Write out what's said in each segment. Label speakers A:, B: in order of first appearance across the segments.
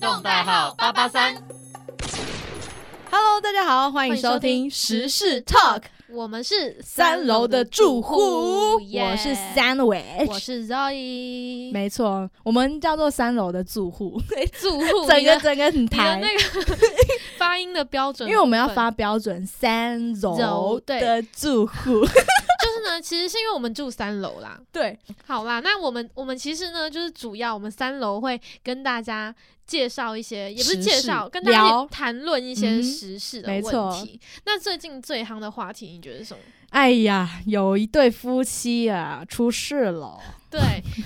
A: 动代号八八三。
B: Hello，大家好，欢迎收听时事 Talk，
A: 我们是
B: 三楼的住户，
A: 耶
B: 我是 Sandwich，
A: 我是 Zoe，
B: 没错，我们叫做三楼的 住户，
A: 住户，
B: 整
A: 你的
B: 个整个很
A: 你的
B: 台，
A: 那个发音的标准，
B: 因为我们要，发标准三楼
A: 楼对
B: 的住户，
A: 就是呢，其实是因为我们住三楼啦。
B: 对，
A: 好啦，那我们我们其实呢，就是主要我们三楼会跟大家介绍一些，也不是
B: 时
A: 介
B: 事
A: 绍，跟大家
B: 聊
A: 谈论一些
B: 嗯
A: 时事的
B: 没
A: 问
B: 错
A: 题。那最近最夯的话题，你觉得是 什么？
B: 哎呀，有一对夫妻啊出事了，
A: 对，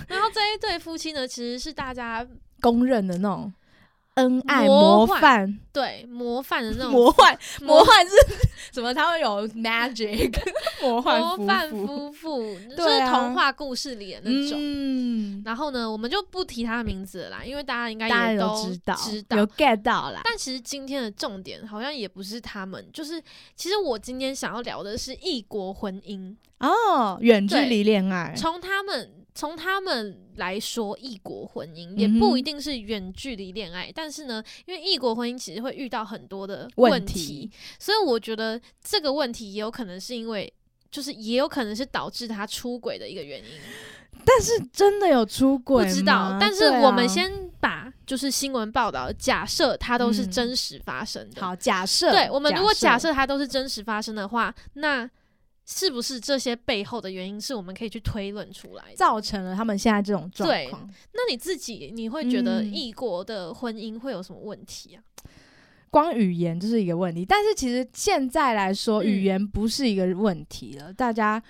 A: 然后这一对夫妻呢，其实是大家
B: 公认的那种恩爱
A: 魔
B: 模
A: 幻
B: 范，
A: 对模范的那种
B: 魔 幻
A: 模
B: 魔幻是怎么？他会有 magic 魔幻
A: 模
B: 夫
A: 范
B: 妇
A: 夫 妇，就是
B: 对啊
A: 童话故事里的那种。
B: 嗯，
A: 然后呢，我们就不提他的名字了啦，因为大家应该
B: 大
A: 也
B: 家
A: 都
B: 都知道，
A: 知
B: 有
A: 道。
B: get 到 啦。
A: 但其实今天的重点好像也不是他们，就是其实我今天想要聊的是异国婚姻。
B: 哦，远距
A: 对
B: 离恋爱，
A: 从他们从他们来说，异国婚姻
B: 嗯哼
A: 也不一定是远距离恋爱，但是呢，因为异国婚姻其实会遇到很多的
B: 问
A: 问
B: 题
A: 所以我觉得这个问题也有可能是因为，就是也有可能是导致他出轨的一个原因，
B: 但是真的有出
A: 不
B: 轨吗？
A: 知道。但是
B: 对啊
A: 我们先把就是新闻报道假设它都是
B: 嗯
A: 真实发生的，
B: 好假设，
A: 对我们如果假设它都是真实发生的话，那是不是这些背后的原因是我们可以去推论出来的？
B: 造成了他们现在这种状况，
A: 那你自己你会觉得
B: 嗯
A: 异国的婚姻会有什么问题啊？
B: 光语言就是一个问题。但是其实现在来说，
A: 嗯
B: 语言不是一个问题了，大家。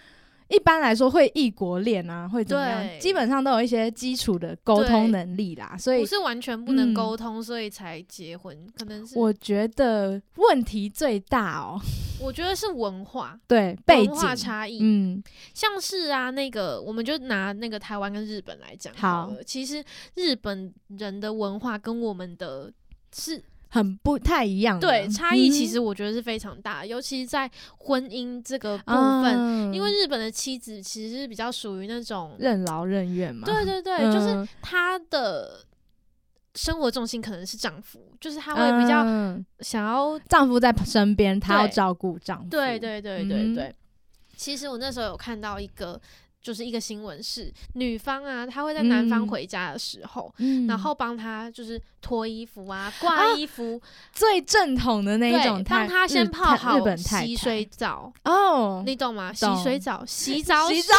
B: 一般来说会异国恋啊，会怎么
A: 对
B: 样？基本上都有一些基础的沟
A: 对
B: 通能力啦，所以
A: 不是完全不能
B: 嗯
A: 沟通，所以才结婚，可能是
B: 我觉得问题最大哦，
A: 我觉得是文化
B: 对背
A: 文化
B: 景，
A: 差异，
B: 嗯，
A: 像是啊那个，我们就拿那个台湾跟日本来讲
B: 好
A: 了其实日本人的文化跟我们的是
B: 嗯很不太一样的，
A: 对差异，其
B: 嗯
A: 实我觉得是非常大，尤其在婚姻这个部分，
B: 嗯
A: 因为日本的妻子其实是比较属于那种，
B: 任劳任怨嘛，
A: 对对对，
B: 嗯，
A: 就是她的生活重心可能是丈夫，就是她会比较
B: 嗯
A: 想要，
B: 丈夫在身边，她要
A: 对
B: 照顾丈夫，
A: 对对对对
B: 嗯
A: 对。其实我那时候有看到一个，就是一个新闻是女方啊，她会在男方
B: 嗯
A: 回家的时候。
B: 嗯，
A: 然后帮他就是脱衣服啊，挂衣服，
B: 最正统的那一种
A: 对，
B: 太，
A: 帮他先
B: 日
A: 泡
B: 太日
A: 好
B: 本太太
A: 洗水澡，
B: 哦，
A: 你懂吗？洗
B: 懂
A: 水 澡，洗澡
B: 洗
A: 水，
B: 澡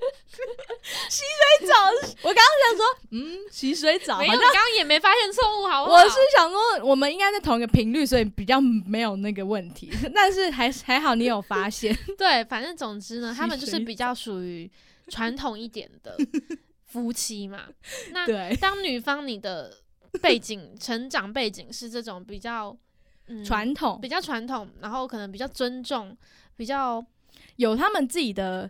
B: 澡，我刚刚想说，嗯，洗水澡好
A: 没有，
B: 像
A: 你。刚刚也没发现错误，好啊不好？
B: 我是想说，我们应该在同一个频率，所以比较没有那个问题。 但是还还好，你有 发现，
A: 对，反正总之呢，
B: 吸
A: 他们就是
B: 水
A: 比较属于传统一点的 夫妻嘛。那
B: 对，
A: 当女方你的背景、成长背景是这种比较嗯
B: 传统
A: 比较传统，然后可能比较尊重，比较
B: 有他们自己的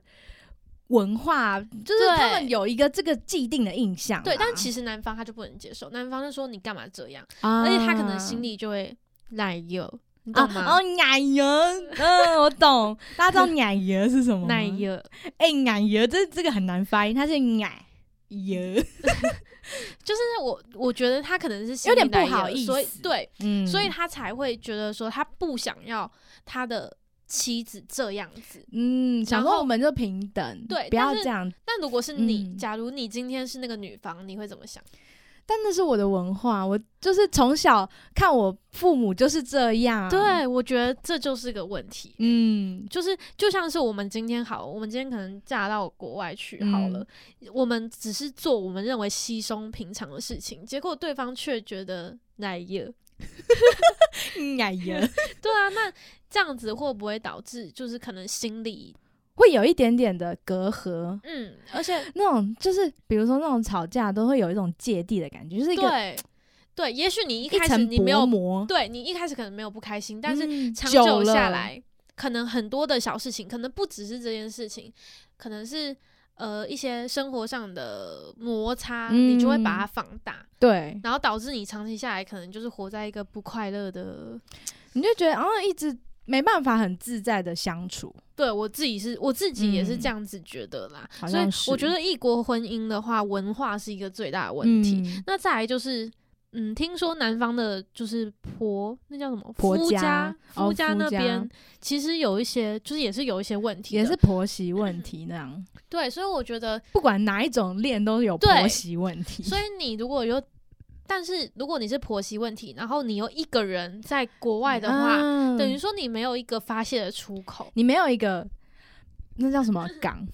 B: 文化，就是
A: 对
B: 他们有一个这个既定的印象啦。
A: 对，但其实男方他就不能接受，男方就说你干嘛这样，
B: 啊，
A: 而且他可能心里就会奶油，你
B: 啊
A: 懂吗？
B: 哦，奶 油，嗯，我懂。大家知道奶油是什么吗？
A: 奶，油，
B: 哎，奶油，这这个很难发音，它是奶油，
A: 就是我我觉得他可能是心
B: 有
A: 里
B: 点不
A: 奶油
B: 好意
A: 所以
B: 思
A: 对，
B: 嗯
A: 所以他才会觉得说他不想要他的妻子这样子。
B: 嗯，想
A: 然
B: 说
A: 后
B: 我们就平等，
A: 对
B: 不要
A: 但是
B: 这样。
A: 但如果是你，
B: 嗯
A: 假如你今天是那个女方，你会怎么想？
B: 但那是我的文化，我就是从小看我父母就是这样。，
A: 对，我觉得这就是个问题。
B: 嗯，
A: 就是就像是我们今天好，我们今天可能嫁到国外去
B: 嗯
A: 好了，我们只是做我们认为稀松平常的事情，结果对方却觉得奶油。
B: 奶油
A: 对啊，那这样子会不会导致就是可能心理
B: 会有一点点的隔阂。
A: 嗯，而且
B: 那种就是，比如说那种吵架，都会有一种芥蒂的感觉，就是一个
A: 对对，也许你一
B: 一
A: 开始
B: 层
A: 你没有
B: 薄膜，
A: 对你一开始可能没有不开心，但是
B: 嗯
A: 长
B: 久
A: 久下
B: 了
A: 来，可能很多的小事情，可能不只是这件事情，可能是呃一些生活上的摩擦，你就会把它
B: 嗯
A: 放大，
B: 对，
A: 然后导致你长期下来可能就是活在一个不快乐的，
B: 你就觉得，然后一直没办法很自在的相处。
A: 对我自己是我自己也是
B: 嗯
A: 这样子觉得啦，
B: 好
A: 所以
B: 像是
A: 我觉得异国婚姻的话，文化是一个最大的问题。
B: 嗯
A: 那再来就是，嗯，听说南方的就是婆，那叫什么
B: 婆
A: 夫
B: 家哦
A: 夫家
B: 夫
A: 那
B: 家
A: 边、其实有一些，就是也是有一些问题的，嗯
B: 也是婆媳问题那样，
A: 对，所以我觉得，
B: 不管哪一种恋都有
A: 对
B: 婆媳问题。
A: 所以你如果有，但是如果你是婆媳问题，然后你又一个人在国外的话，
B: 啊
A: 等于说你没有一个发泄的出口，
B: 你没有一个那叫什么港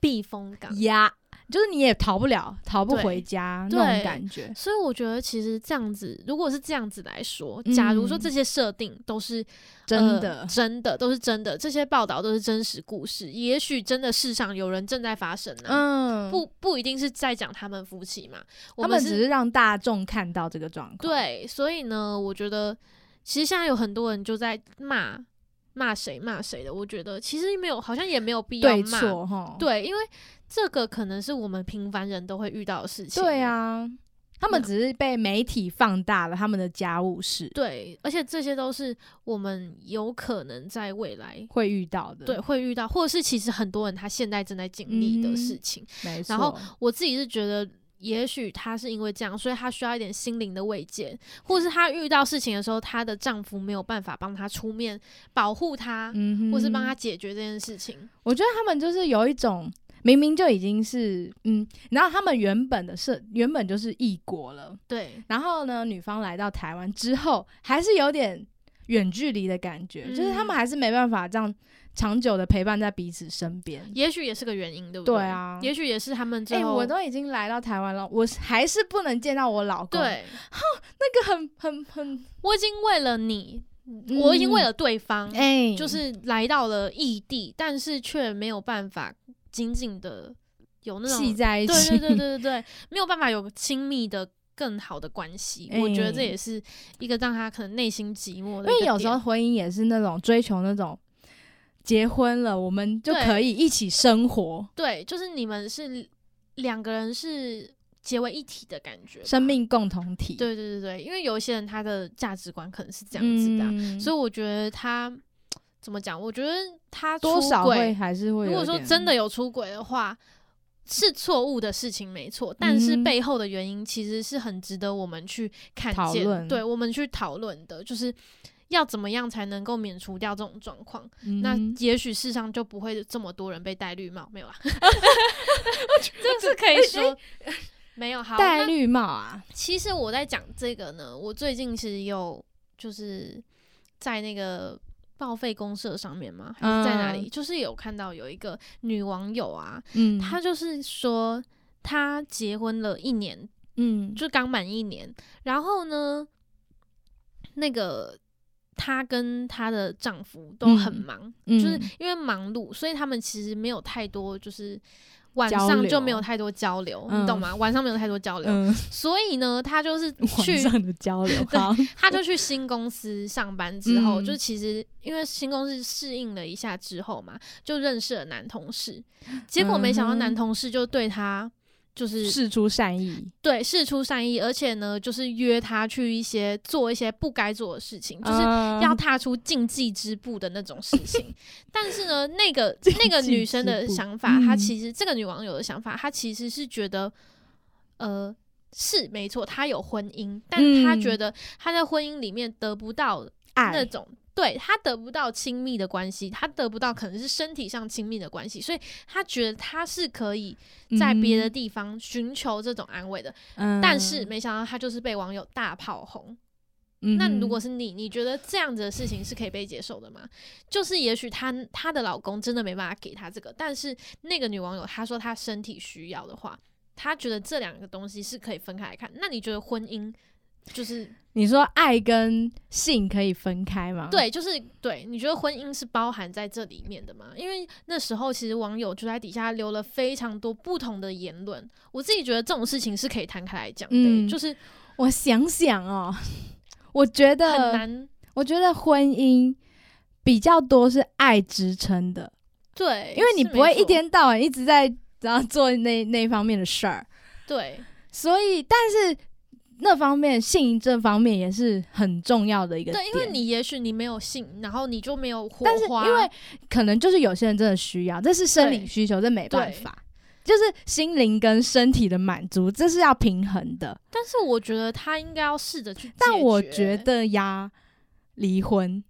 A: 避风港。
B: 呀，就是你也逃不了，逃不
A: 对
B: 回家那
A: 对
B: 种感觉。
A: 所以我觉得，其实这样子，如果是这样子来说，
B: 嗯
A: 假如说这些设定都是
B: 真
A: 呃
B: 的，
A: 真的都是真的，这些报道都是真实故事，也许真的世上有人正在发生呢、
B: 嗯，
A: 呃不不一定是在讲他们夫妻嘛，我
B: 他们
A: 是
B: 只是让大众看到这个状况。，
A: 对，所以呢，我觉得其实现在有很多人就在骂骂谁骂谁的，我觉得其实没有，好像也没有必要
B: 对
A: 骂，
B: 错哈，
A: 对，因为这个可能是我们平凡人都会遇到的事情，
B: 对，啊，他们
A: 那
B: 只是被媒体放大了他们的家务事
A: 对，而且这些都是我们有可能在未来。
B: 会遇到的。
A: 对，，会遇到，或者是其实很多人他现在正在经历的
B: 嗯
A: 事情，
B: 没错。
A: 然后我自己是觉得，也许她是因为这样，所以她需要一点心灵的慰藉，或是她遇到事情的时候，她的丈夫没有办法帮她出面保护她，
B: 嗯哼
A: 或是帮她解决这件事情。
B: 我觉得他们就是有一种明明就已经是嗯，然后他们原本的是原本就是异国了，
A: 对，
B: 然后呢，女方来到台湾之后，还是有点远距离的感觉，
A: 嗯
B: 就是他们还是没办法这样长久的陪伴在彼此身边。
A: 也许也是个原因，对不
B: 对
A: 对
B: 啊
A: 也许也是他们
B: 哎、
A: 最后、
B: 我都已经来到台湾了，我还是不能见到我老公，，
A: 对，
B: 那个很很很，
A: 我已经为了你，我已经为了对方，
B: 哎、
A: 就是来到了异地，但是却没有办法紧紧的有那种
B: 系在一
A: 对
B: 起，
A: 对对对对对，没有办法有亲密的、更好的关系。我觉得这
B: 哎
A: 也是一个让他可能内心寂寞的一个点，
B: 因为有时候婚姻也是那种追求那种结婚了，我们就
A: 对
B: 可以一起生活，
A: 对，就是你们是两个人是结为一体的感觉吧，
B: 生命共同体，
A: 对对对对，因为有一些人他的价值观可能是这
B: 这
A: 样子的啊、所
B: 以
A: 以我觉得他怎么讲？我觉得他
B: 多
A: 出
B: 少
A: 轨
B: 会还是
A: 如
B: 会有一点。
A: 果说真的有出轨的话，是错误的事情没错，但是
B: 嗯哼
A: 背后的原因其实是很值得我们去看
B: 讨
A: 见，
B: 论
A: 对我们去讨论的，就是要怎么样才能够免除掉这种状况。
B: 嗯哼，
A: 那也许世上就不会这么多人被戴绿帽，没有 啦，这是可以说。没有好，
B: 戴
A: 那
B: 绿帽啊，
A: 其实我在讲这个呢，我最近其实有就是在那个报废公社上面嘛，还是在哪里？就是有看到有一个女网友啊，
B: 嗯，
A: 她就是说她结婚了一年，
B: 嗯
A: 就刚满一年，然后呢，那个。她跟她的丈夫都很
B: 嗯
A: 忙，
B: 嗯
A: 就是因为忙碌，所以他们其实没有太多，就是晚
B: 交
A: 上就
B: 流
A: 没有太多交流，
B: 嗯
A: 你懂吗？晚上没有太多交流，
B: 嗯，
A: 所以呢，她就是
B: 网
A: 去，
B: 上的交流，
A: 对
B: 好，
A: 她就去新公司上班之后，
B: 嗯
A: 就其实因为新公司适应了一下之后嘛，就认识了男同事，结果没想到
B: 嗯哼
A: 男同事就对她就是
B: 事出善意，
A: 对事出善意，而且呢，就是约她去一些做一些不该做的事情，就是。
B: 嗯
A: 要踏出禁忌之步的那种事 情，但是呢，那个
B: 禁
A: 那个
B: 忌
A: 女生
B: 之
A: 的
B: 步
A: 想法，她
B: 嗯
A: 其实这个女网友的想法，她其实是觉得，呃，是没错，她有婚姻，但是她觉
B: 嗯
A: 得她在婚姻里面得不到那
B: 爱，
A: 种。对她得不到亲密的关系，她得不到可能是身体上亲密的关系，所以她觉得她是可以在别的地方寻求这种安慰的。
B: 嗯，
A: 但是没想到她就是被网友大炮轰，
B: 嗯，
A: 那如果是你，你觉得这样子的事情是可以被接受的吗？就是也许她她的老公真的没办法给她这个，但是那个女网友她说她身体需要的话，她觉得这两个东西是可以分开来看。那你觉得婚姻就是
B: 你说爱跟性可以分开吗？，
A: 对，就是对，你觉得婚姻是包含在这里面的吗？因为那时候其实网友就在底下留了非常多不同的言论，我自己觉得这种事情是可以摊开来讲的、欸
B: 嗯
A: 就是
B: 我想想哦， 我觉
A: 很
B: 得，
A: 难
B: 我觉得婚姻比较多是爱支撑的，
A: 对，
B: 因为你
A: 是
B: 不会
A: 没
B: 一
A: 错
B: 天到晚一直在然后做那那方面的事儿，
A: 对。
B: 所以但是。那方面性这方面也是很重要的一个
A: 对，因为
B: 点
A: 你也许你没有性，然后你就没有火
B: 但是
A: 花，
B: 因为可能就是有些人真的需要，这是生理
A: 对
B: 需求，这没办
A: 对
B: 法。就是心灵跟身体的满足，这是要平衡的。
A: 但是我觉得他应该要试着去解决。
B: 但我觉得呀，离婚，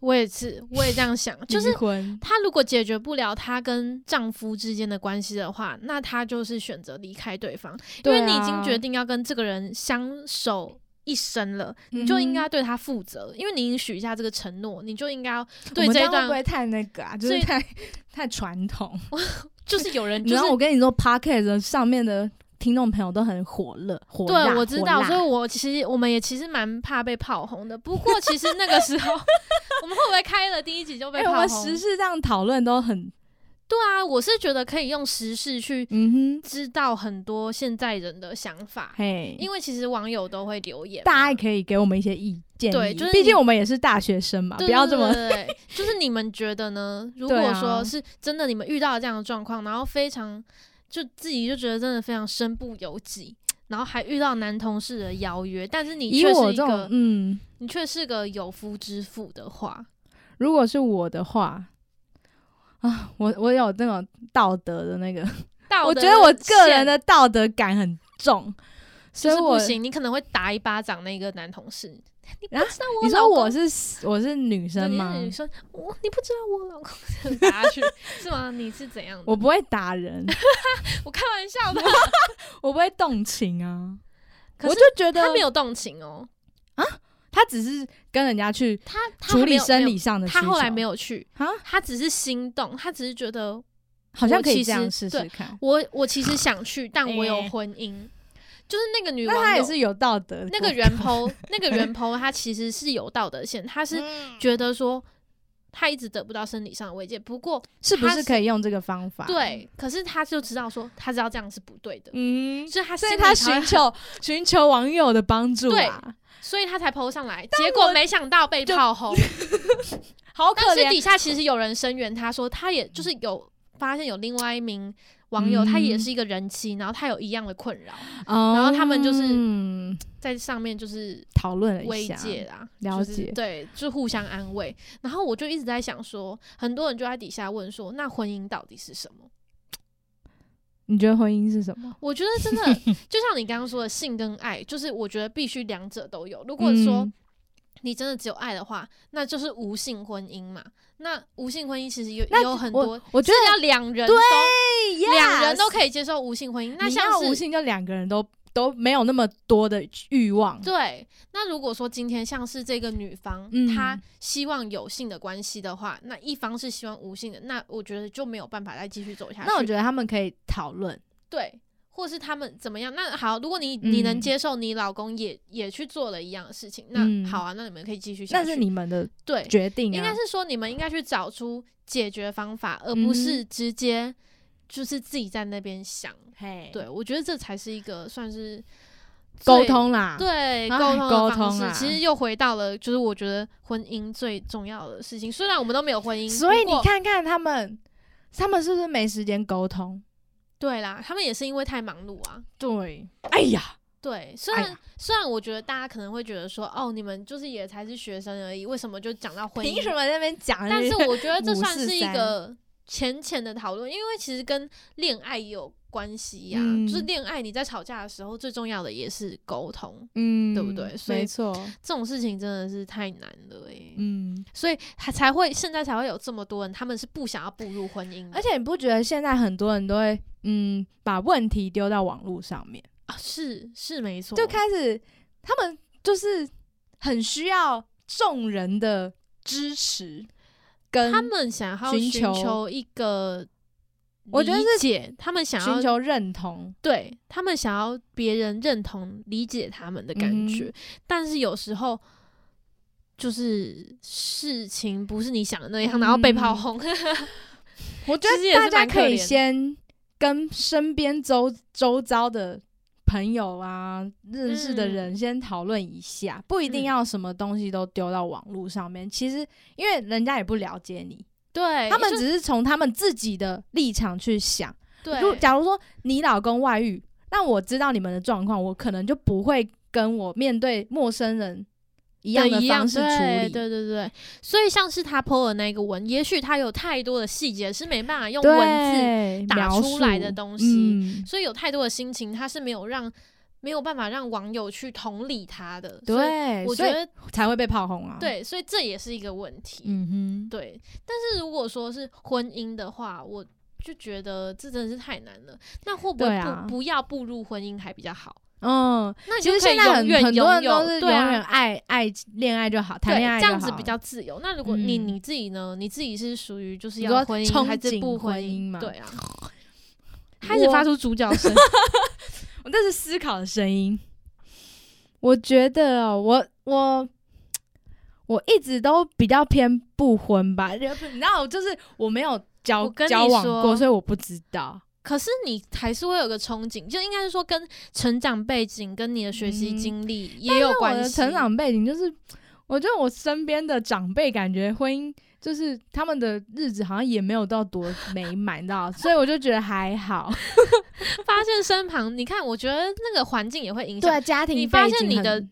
A: 我也是，我也这样 想，就是
B: 离婚，
A: 她如果解决不了她跟丈夫之间的关系的话，那她就是选择离开对方，因为
B: 对
A: 你已经
B: 啊
A: 决定要跟这个人相守。一生了，你就
B: 嗯
A: 应该对他负责，因为你已经许下这个承诺，你就应该要对
B: 我们
A: 这一
B: 样会
A: 段
B: 不会太那个啊？就
A: 所
B: 是
A: 以
B: 太太传统。
A: 就是有人就
B: 然
A: 是
B: 后我跟 你说 p o c k e t 上面的听众朋友都很火热，火
A: 对
B: 辣
A: 我知
B: 火
A: 道，
B: 辣
A: 所以我其实我们也其实蛮怕被炮轰的。不过其实那个时 候我们会不会开了第一集就被
B: 哎，
A: 炮
B: 我
A: 轰？
B: 们时事这样讨论都很，
A: 对啊，我是觉得可以用时事去
B: 嗯哼，
A: 知道很多现在人的想法，
B: 嘿，
A: 因为其实网友都会留言嘛，
B: 大家也可以给我们一些意见。
A: 对就是
B: 毕
A: 你
B: 竟我们也是大学生嘛，不
A: 对
B: 要这么。
A: 对对对就是你们觉得呢？如
B: 对
A: 果
B: 啊
A: 说是真的，你们遇到了这样的状况，然后非常就自己就觉得真的非常身不由己，然后还遇到男同事的邀约，但是你
B: 以
A: 却
B: 我
A: 是一
B: 这种
A: 个，
B: 嗯，
A: 你却是个有夫之妇的话，
B: 如果是我的话。啊，我我有那种道德的那个，
A: 道
B: 我
A: 德
B: 觉得我个人
A: 线
B: 的道德感很重，所
A: 就
B: 以
A: 是
B: 我
A: 不行，你可能会打一巴掌那个男同事。你不知
B: 啊
A: 道我
B: 你
A: 老
B: 说
A: 公
B: 我是我是女
A: 对
B: 生吗
A: 你是？女生，我你不知道我老公这样打下去是吗？你是怎样的？
B: 我不会打 人，
A: 我开玩笑的，
B: 我不会动情啊。
A: 可
B: 我
A: 是
B: 就觉得
A: 他没有动情哦，
B: 他只是跟人家去
A: 他他
B: 处
A: 还没
B: 理
A: 有
B: 生
A: 没有
B: 理上的需求。
A: 他后来没
B: 有
A: 有去
B: 啊，
A: 他只是心动，他只是觉得
B: 好像可
A: 我
B: 以
A: 其
B: 这样
A: 实
B: 试试看。
A: 我我其实想去，但我有
B: 哎
A: 婚姻，就是那个女
B: 那他
A: 网
B: 也
A: 友。
B: 是有道德的，
A: 那个人 剖，那个人剖，他其实是有道德线，他是觉得说他一直得不到生理上的慰藉，不过
B: 是不
A: 他
B: 是
A: 是
B: 可以用这个方法？，
A: 对，可是他就知道说他知道这样是不对的，
B: 嗯，
A: 所以他
B: 所
A: 心
B: 以
A: 里才
B: 他寻
A: 会
B: 求寻求网友的帮助啊，
A: 所以他才剖上来，结果
B: 我
A: 没想到被
B: 就
A: 炮 轰。
B: 好可
A: 但是
B: 怜。
A: 底下其实有人声援他说，他也就是有发现有另外一名网友，
B: 嗯
A: 他也是一个人妻，然后他有一样的困扰，
B: 然
A: 后他们就是
B: 嗯
A: 在上面就是
B: 讨论了一
A: 慰
B: 下，
A: 藉啦，
B: 了
A: 就是
B: 解
A: 对，就互相安慰。然后我就一直在想说，很多人就在底下问说，那婚姻到底是什么？
B: 你觉得婚姻是什么？
A: 我觉得真 的就像你刚刚说的，性跟爱，就是我觉得必须两者都有。如果说、
B: 嗯
A: 你真的只有爱的话，那就是无性婚姻嘛。那无性婚姻其实有
B: 那
A: 有很
B: 我
A: 多，
B: 我觉
A: 就是
B: 得
A: 要两人
B: 对
A: 都两
B: 两
A: 人都可以接受无性婚姻。那像
B: 无
A: 是
B: 性就两个人都都没有那么多的欲望，
A: 对，那如果说今天像是这个女方，
B: 嗯
A: 她希望有性的关系的话，那一方是希望无性的，那我觉得就没有办法再继续走下去。
B: 那我觉得他们可以讨论。
A: 对。或是他们怎么样？那好，如果你你能
B: 嗯
A: 接受你老公也、也去做了一样的事情，那、
B: 嗯
A: 好啊，那你们可以继续下
B: 那
A: 去。
B: 是你们的
A: 对，
B: 决定、啊，嗯
A: 应该是说你们应该去找出解决方法，而不是直接就是自己在那边想。
B: 嘿
A: 对，我觉得这才是一个算是
B: 沟
A: 最。
B: 通啦，
A: 对
B: 哎
A: 沟通
B: 沟
A: 的方
B: 通
A: 式，
B: 啊
A: 其实又回到了就是我觉得婚姻最重要的事情。虽然我们都没有婚姻，
B: 所以
A: 不
B: 你
A: 过，
B: 看看他们，他们是不是没时间沟通？
A: 对啦，他们也是因为太忙碌啊。
B: 对，哎呀，
A: 对，虽
B: 哎
A: 然、
B: 呀
A: 虽然我觉得大家可能会觉得说，哦，你们就是也才是学生而已，为什么就讲到婚姻？
B: 凭什么在那边讲？
A: 但是我觉得这
B: 五
A: 算
B: 四
A: 是一
B: 三
A: 个浅浅的讨论，因为其实跟恋爱也有关系呀、
B: 嗯
A: 就是恋爱你在吵架的时候，最重要的也是沟通，
B: 嗯，
A: 对不对所以
B: 没错，
A: 这种事情真的是太难了欸诶、
B: 嗯，
A: 所以他才会现在才会有这么多人，他们是不想要步入婚姻的，
B: 而且你不觉得现在很多人都会嗯把问题丢到网络上面，
A: 啊是是没错，
B: 就开始他们就是很需要众人的支持，跟
A: 他们想要
B: 寻
A: 寻
B: 求
A: 求一个理解，
B: 我觉得是
A: 他们想
B: 寻
A: 要
B: 求认同。
A: 对他们想要别人认同、理解他们的感觉，
B: 嗯
A: 但是有时候就是事情不是你想的那
B: 嗯
A: 样，然后被炮轰。
B: 我觉
A: 其实
B: 得
A: 也是
B: 大家
A: 蛮可
B: 可以
A: 怜的
B: 先跟身边周周遭的朋友啊、认识的人先讨论一下，不一定
A: 嗯
B: 要什么东西都丢到网络上面。其实，因为人家也不了解你，
A: 对，
B: 他们
A: 哎就
B: 只是从他们自己的立场去想。如
A: 对
B: 假如说你老公外遇，那我知道你们的状况，我可能就不会跟我面对陌生人一样的方式处
A: 对
B: 理。
A: 对对对，所以像是他 PO 的那个文，也许他有太多的细节是没办法用文
B: 对
A: 字打
B: 描
A: 出来的
B: 述
A: 东西，
B: 嗯
A: 所以有太多的心情，他是没有让没有办法让网友去同理他的。所以
B: 对，
A: 我觉
B: 所以
A: 得
B: 才会被炮轰啊。，
A: 对，所以这也是一个问题。
B: 嗯哼，
A: 对，但是如果说是婚姻的话，我就觉得这真的是太难了。那会不会不、
B: 对啊
A: 不要步入婚姻还比较好？
B: 嗯，
A: 那你
B: 其实
A: 就可
B: 现
A: 以
B: 在
A: 永
B: 很
A: 远
B: 很多
A: 拥
B: 人
A: 有
B: 都是永
A: 对啊
B: 远爱爱恋爱就好，谈
A: 对
B: 恋爱
A: 这
B: 就
A: 样子
B: 好
A: 比较自由。那如果你、
B: 嗯
A: 你自己呢？你自己是属于就是
B: 你
A: 要
B: 说
A: 婚
B: 憧
A: 姻还是
B: 憬
A: 不
B: 婚
A: 姻
B: 姻吗
A: 对 啊，开始发出主角声，
B: 我那是思考的声音。我觉得哦，我我我一直都比较偏不婚吧，你知道，就是我没有交
A: 我跟你
B: 交往
A: 说
B: 过，所以我不知道。
A: 可是你还是会有个憧憬，就应该是说跟成长背景、跟你的学习
B: 嗯
A: 经历也有
B: 我
A: 关
B: 的
A: 系。
B: 成长背景就是，我觉得我身边的长辈感觉婚姻就是他们的日子好像也没有到多美满，你知道，所以我就觉得还好。
A: 发现身旁，你看，我觉得那个环境也会影响。
B: 对，啊家庭
A: 你发
B: 背
A: 现
B: 景
A: 你
B: 很
A: 的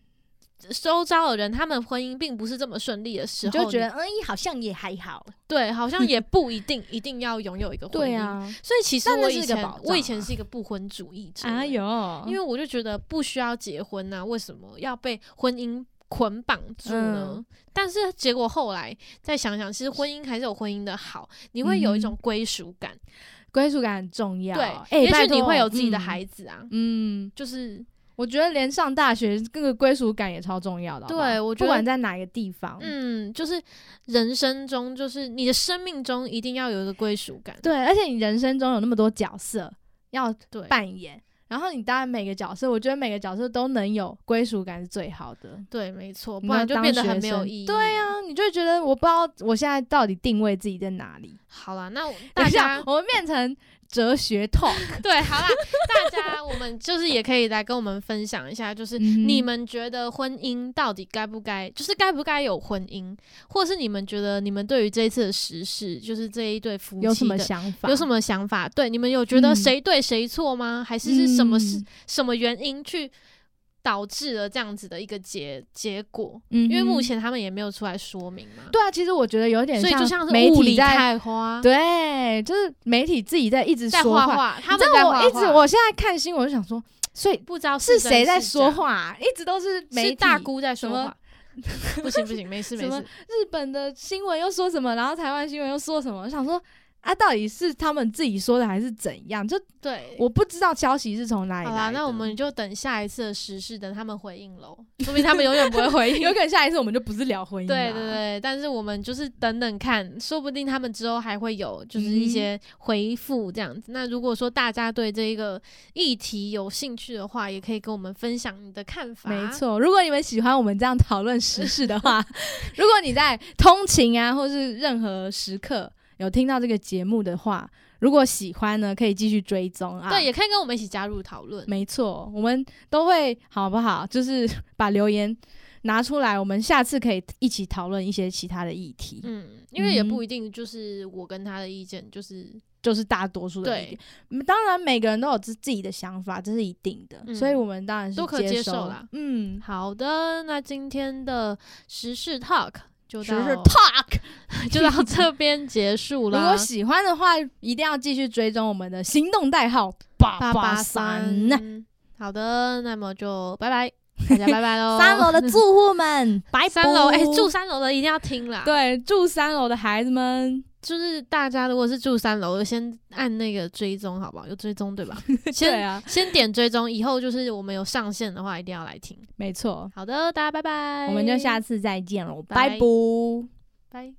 A: 周遭的人，他们婚姻并不是这么顺利的时
B: 你
A: 候，
B: 就觉得
A: 你
B: 嗯，好像也还好。
A: 对，好像也不一定一定要拥有一个婚姻。
B: 对，啊，
A: 所以其实
B: 但那
A: 我
B: 是
A: 以
B: 一个
A: 前、
B: 保障啊
A: 我以前是一个不婚主义者，
B: 哎呦，
A: 因为我就觉得不需要结婚呐、为什么要被婚姻？捆绑住呢？
B: 嗯
A: 但是结果后来再想想，其实婚姻还是有婚姻的好，你会有一种归属感，
B: 归属感很重要。
A: 对，
B: 嗯哎
A: 也
B: 拜
A: 许
B: 托
A: 你会有自己的
B: 嗯
A: 孩子啊，
B: 嗯，
A: 就是
B: 我觉得连上大学这个归属感也超重要的。好不好
A: 对我觉得
B: 不管在哪个地方，
A: 嗯，就是人生中，就是你的生命中一定要有一个归属感。
B: 对，而且你人生中有那么多角色要
A: 对，
B: 扮演，然后你当然每个角色，我觉得每个角色都能有归属感是最好的。
A: 对，没错，
B: 你
A: 不然
B: 知道
A: 就变得
B: 当学
A: 很没有
B: 生
A: 意义。
B: 对
A: 呀、
B: 啊，你就会觉得我不知道我现在到底定位自己在哪里。
A: 好啦， 那我
B: 等
A: 大
B: 一下
A: 家
B: 我们变成哲学 talk，
A: 对，好啦，大家我们就是也可以来跟我们分享一下，就是 你
B: 你
A: 们觉得婚姻到底该不该，就是该不该有婚姻，或是你们觉得你们对于这一次的时事，就是这一对夫妻
B: 嗯有什么
A: 的
B: 想法？
A: 有什
B: 么？
A: 么想法？对，你们有觉得
B: 嗯
A: 谁对谁错吗？还是是什么事、
B: 嗯
A: 什么原因去导致了这样子的一个结结果？
B: 嗯
A: 因为目
B: 哼
A: 前他们也没有出来说明嘛，
B: 对啊，其实我觉得有点
A: 所以就像
B: 媒
A: 是雾
B: 体
A: 里
B: 在
A: 太花，
B: 对，就是媒体自己在一直
A: 在
B: 说
A: 画
B: 话。
A: 画，他
B: 你
A: 们
B: 知
A: 在
B: 道
A: 画
B: 我一直，
A: 画
B: 我现在看新闻我就想说，所以
A: 不知道
B: 是
A: 真
B: 谁在
A: 是
B: 说
A: 假？
B: 话啊？一直都是媒
A: 是
B: 体
A: 大姑在说
B: 什么
A: 话。 不行不行，没事没
B: 什么
A: 事，
B: 日本的新闻又说什么，然后台湾新闻又说什么，我想说啊，到底是他们自己说的还是怎样？就
A: 对。
B: 我不知道消息是从哪里
A: 好
B: 来
A: 啦，那
B: 的
A: 我们就等下一次的时事，等他们回应喽。 说明他们永远不会回 应啊
B: 有，可能下一次我们就不是聊婚姻，啊
A: 对对，对，但是我们就是等等看，说不定他们之后还会有就是一些回复这样子。那如果说大家对这个议题有兴趣的话，也可以跟我们分享你的看法。
B: 没，错。如果你们喜欢我们这样讨论时事的 话，如果你在通勤啊，或是任何时刻有听到这个节目的话，如果喜欢呢，可以继续追踪啊。
A: 对，也可以跟我们一起加入讨论。
B: 没错，我们都会好不好？就是 把留言拿出来，我们下次可以一起讨论一些其他的议题，
A: 嗯，因为也
B: 嗯哼
A: 不一定就是我跟他的意见，就是
B: 就是大多数的意
A: 对
B: 见。嗯当然，每个人都有自自己的想法，这是一定的，
A: 嗯
B: 所以我们当然是
A: 都可接
B: 受
A: 受啦。
B: 嗯，
A: 好的。那今天的时事 talk 就
B: 只
A: 到
B: 是 talk。
A: 就到这边结束
B: 如
A: 了
B: 果。喜欢的话，一定要继续追踪我们的行动代号八
A: 八
B: 八
A: 八
B: 三。
A: 三，好的，那么就拜 拜，大家拜拜喽。
B: 三楼的 住户们，拜拜。
A: 三楼，哎、住三楼的一定要听啦。，
B: 对啊住三楼的孩子们，
A: 就是大家如果是住三楼的，先按那个追踪，好不好？有追踪对 吧？先
B: 对啊，
A: 先点追踪，以后就是我们有上线的话，一定要来听。
B: 没错。
A: 好的，大家拜拜，
B: 我们就下次再见喽，
A: 拜
B: 拜拜。
A: 拜。